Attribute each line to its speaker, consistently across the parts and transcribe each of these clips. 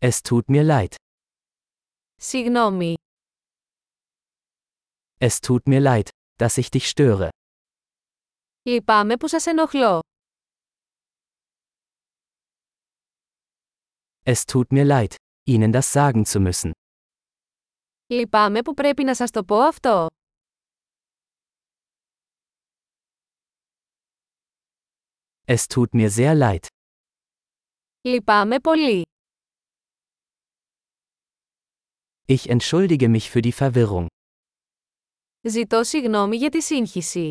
Speaker 1: Es tut mir leid.
Speaker 2: Συγγνώμη.
Speaker 1: Es tut mir leid, dass ich dich störe.
Speaker 2: Λυπάμαι που σας ενοχλώ.
Speaker 1: Es tut mir leid, Ihnen das sagen zu müssen.
Speaker 2: Λυπάμαι που πρέπει να σας το πω αυτό.
Speaker 1: Es tut mir sehr leid.
Speaker 2: Λυπάμαι πολύ.
Speaker 1: Ich entschuldige mich für die Verwirrung.
Speaker 2: Ζητώ συγγνώμη για τη σύγχυση.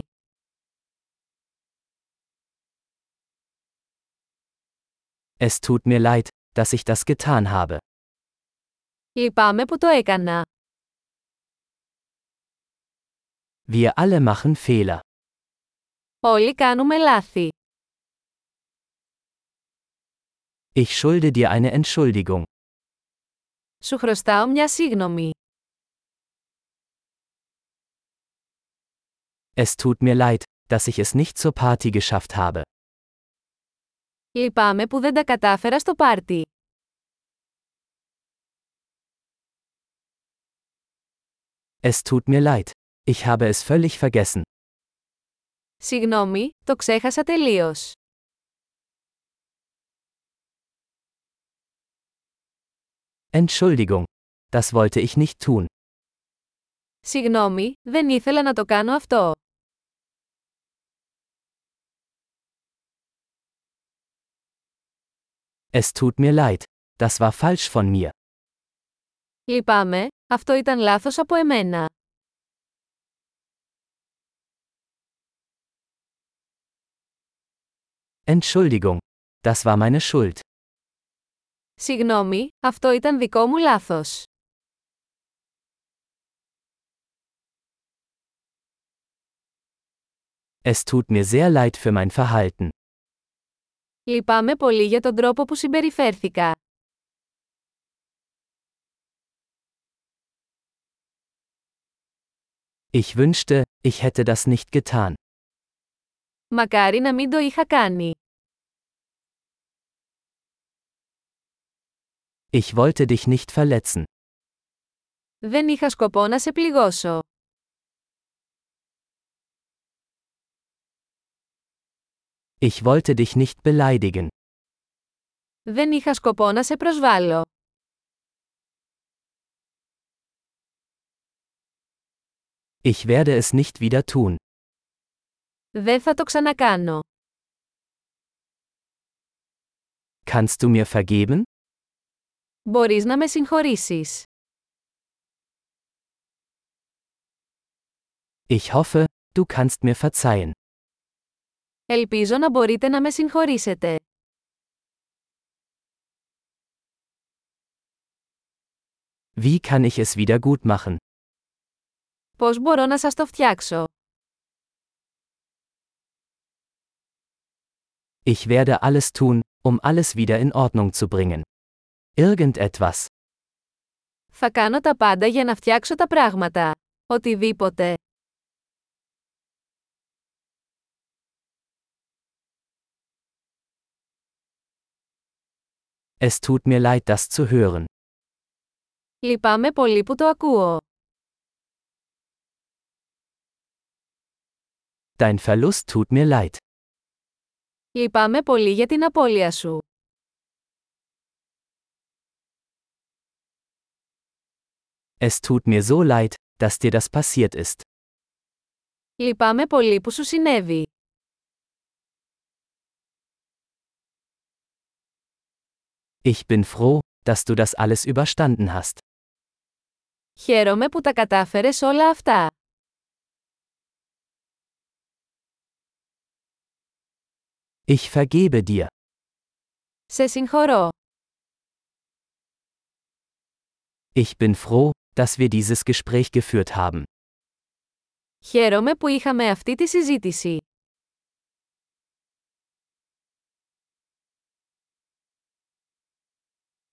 Speaker 1: Es tut mir leid, dass ich das getan habe.
Speaker 2: Λυπάμαι που το έκανα.
Speaker 1: Wir alle machen Fehler.
Speaker 2: Όλοι κάνουμε λάθη.
Speaker 1: Ich schulde dir eine Entschuldigung.
Speaker 2: Σου χρωστάω μια σύγγνωμη.
Speaker 1: Es tut mir leid, dass ich es nicht zur Party geschafft habe.
Speaker 2: Λυπάμαι που δεν τα κατάφερα στο πάρτι.
Speaker 1: Es tut mir leid. Ich habe es völlig vergessen.
Speaker 2: Συγγνώμη, το ξέχασα τελείως.
Speaker 1: Entschuldigung. Das wollte ich nicht tun.
Speaker 2: Συγγνώμη, δεν ήθελα να το κάνω αυτό.
Speaker 1: Es tut mir leid. Das war falsch von mir.
Speaker 2: Λυπάμαι, αυτό ήταν λάθος από εμένα.
Speaker 1: Entschuldigung. Das war meine Schuld.
Speaker 2: Συγγνώμη, αυτό ήταν δικό μου λάθος.
Speaker 1: Es tut mir sehr leid für mein Verhalten.
Speaker 2: Λυπάμαι πολύ για τον τρόπο που συμπεριφέρθηκα.
Speaker 1: Ich wünschte, ich hätte das nicht getan.
Speaker 2: Μακάρι να μην το είχα κάνει.
Speaker 1: Ich wollte dich nicht verletzen.
Speaker 2: Δεν είχα σκοπό να σε πληγώσω.
Speaker 1: Ich wollte dich nicht beleidigen.
Speaker 2: Δεν είχα σκοπό να σε προσβάλλω.
Speaker 1: Ich werde es nicht wieder tun.
Speaker 2: Δεν θα το ξανακάνω.
Speaker 1: Kannst du mir vergeben?
Speaker 2: Μπορείς να με συγχωρήσεις.
Speaker 1: Ich hoffe, du kannst mir verzeihen.
Speaker 2: Ελπίζω να μπορείτε να με συγχωρήσετε.
Speaker 1: Wie kann ich es wieder gut machen?
Speaker 2: Πώς μπορώ να σας το φτιάξω.
Speaker 1: Ich werde alles tun, um alles wieder in Ordnung zu bringen. Irgendetwas.
Speaker 2: Θα κάνω τα πάντα για να φτιάξω τα πράγματα. Οτιδήποτε.
Speaker 1: Es tut mir leid, das zu hören.
Speaker 2: Λυπάμαι πολύ που το ακούω.
Speaker 1: Dein Verlust tut mir leid.
Speaker 2: Λυπάμαι πολύ για την απώλεια σου.
Speaker 1: Es tut mir so leid, dass dir das passiert ist.
Speaker 2: Λυπάμαι πολύ που σου συνέβη.
Speaker 1: Ich bin froh, dass du das alles überstanden hast.
Speaker 2: Χαίρομαι που τα κατάφερες όλα αυτά.
Speaker 1: Ich vergebe dir.
Speaker 2: Σε συγχωρώ.
Speaker 1: Ich bin froh, dass wir dieses Gespräch geführt haben.
Speaker 2: Χαίρομαι που είχαμε αυτή τη συζήτηση.